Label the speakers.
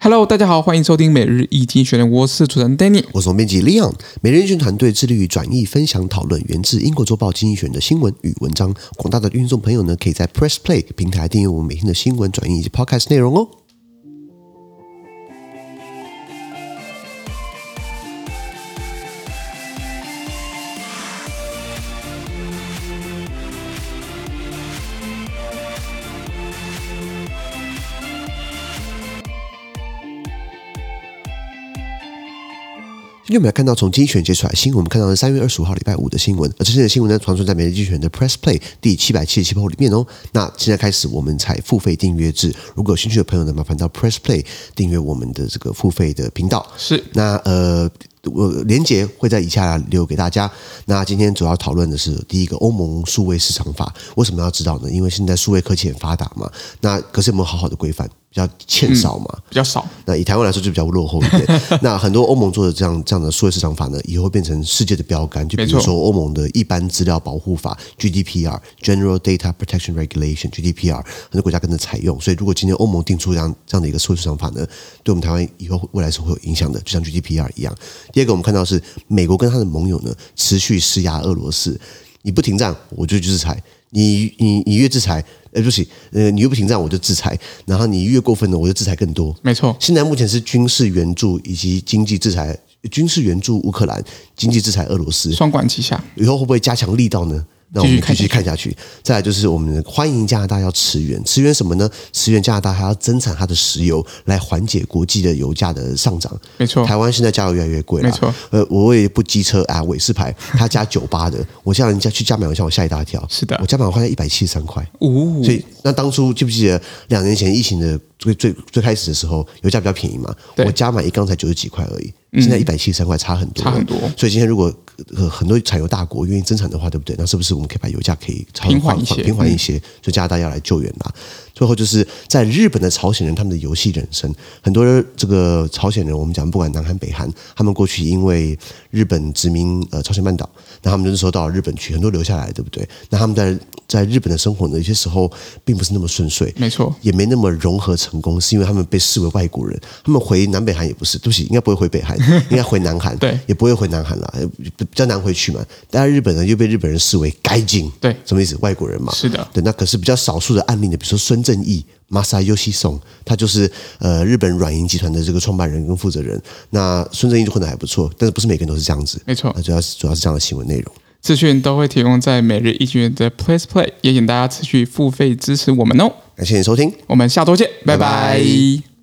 Speaker 1: Hello，大家好，欢迎收听每日易经学人，我是主持人 Danny。
Speaker 2: 我是总编辑 Leon。每日一讯团队致力于转译、分享、讨论源自英国周报《经济选》的新闻与文章。广大的听众朋友呢，可以在 Press Play 平台订阅我们每天的新闻转译以及 Podcast 内容哦。今天我们来看到从精选截出来的新闻，我们看到是三月二十五号礼拜五的新闻，而这些的新闻呢，传送在每日精选的 Press Play 第七百七十七号里面哦。那现在开始，我们采付费订阅制，如果有兴趣的朋友呢，麻烦到 Press Play 订阅我们的这个付费的频道。
Speaker 1: 是
Speaker 2: 那呃，我连结会在以下留给大家。那今天主要讨论的是第一个欧盟数位市场法，为什么要知道呢？因为现在数位科技很发达嘛，那可是有没有好好的规范，比较欠少嘛。
Speaker 1: 比较少，
Speaker 2: 那以台湾来说就比较落后一点。 那很多欧盟做的这样这样的数位市场法呢，以后会变成世界的标杆。就比
Speaker 1: 没错
Speaker 2: 如说欧盟的一般资料保护法 （GDPR, General Data Protection Regulation, GDPR），很多国家跟着采用。所以，如果今天欧盟定出这样这样的一个数位市场法呢，对我们台湾以后未来是会有影响的，就像 GDPR 一样。第二个，我们看到的是美国跟他的盟友呢持续施压俄罗斯，你不停战，我就去制裁。你你你越制裁，呃，对不起，呃，你越不停战，我就制裁。然后你越过分了，我就制裁更多。
Speaker 1: 没错，
Speaker 2: 现在目前是军事援助以及经济制裁，军事援助乌克兰，经济制裁俄罗斯，
Speaker 1: 双管齐下，
Speaker 2: 以后会不会加强力道呢？那我
Speaker 1: 继续
Speaker 2: 们
Speaker 1: 看
Speaker 2: 继续
Speaker 1: 下去
Speaker 2: 看下去。再来就是我们欢迎加拿大要驰援，驰援什么呢？驰援加拿大还要增产它的石油，来缓解国际的油价的上涨。
Speaker 1: 没错
Speaker 2: 台湾现在加油越来越贵了。
Speaker 1: 没错，
Speaker 2: 呃，我也不机车啊，尾士牌，他加九八的，我叫人家去加满油箱，我吓一大跳。
Speaker 1: 是的
Speaker 2: 我加满油箱一百七十三块。
Speaker 1: 五
Speaker 2: 所以那当初记不记得两年前疫情的最最最开始的时候，油价比较便宜嘛？
Speaker 1: 对嗯
Speaker 2: 我加满一缸才九十几块而已，现在一百七十三块，差很多，
Speaker 1: 差很多
Speaker 2: 所以今天如果、呃、很多产油大国愿意增产的话，对不对？那是不是我们可以把油价可以稍微
Speaker 1: 平缓
Speaker 2: 放
Speaker 1: 一些
Speaker 2: 平缓一些？所以加拿大要来救援啦。最后就是在日本的朝鲜人，他们的游戏人生，很多这个朝鲜人，我们讲不管南韩北韩，他们过去因为日本殖民呃朝鲜半岛，那他们就是说到日本去，很多留下来，对不对？那他们在在日本的生活呢，有些时候并不是那么顺遂，
Speaker 1: 没错，
Speaker 2: 也没那么融合成功，是因为他们被视为外国人。他们回南北韩也不是，对不起，应该不会回北韩，应该回南韩，
Speaker 1: 对
Speaker 2: 也不会回南韩啦，呃比较难回去嘛。但在日本呢，又被日本人视为该进，
Speaker 1: 对
Speaker 2: 什么意思？外国人嘛，
Speaker 1: 是的
Speaker 2: 对，那可是比较少数的案例呢，比如说孙正义。Masayoshi Son，他就是呃日本软银集团的这个创办人跟负责人。那孙正义就混得还不错，但是不是每个人都是这样子。
Speaker 1: 没错
Speaker 2: 那主要是主要是这样的新闻内容。
Speaker 1: 资讯都会提供在每日易经学人的 Place Play，也请大家持续付费支持我们哦。
Speaker 2: 感谢你的收听。
Speaker 1: 我们下周见，拜
Speaker 2: 拜
Speaker 1: 拜
Speaker 2: 拜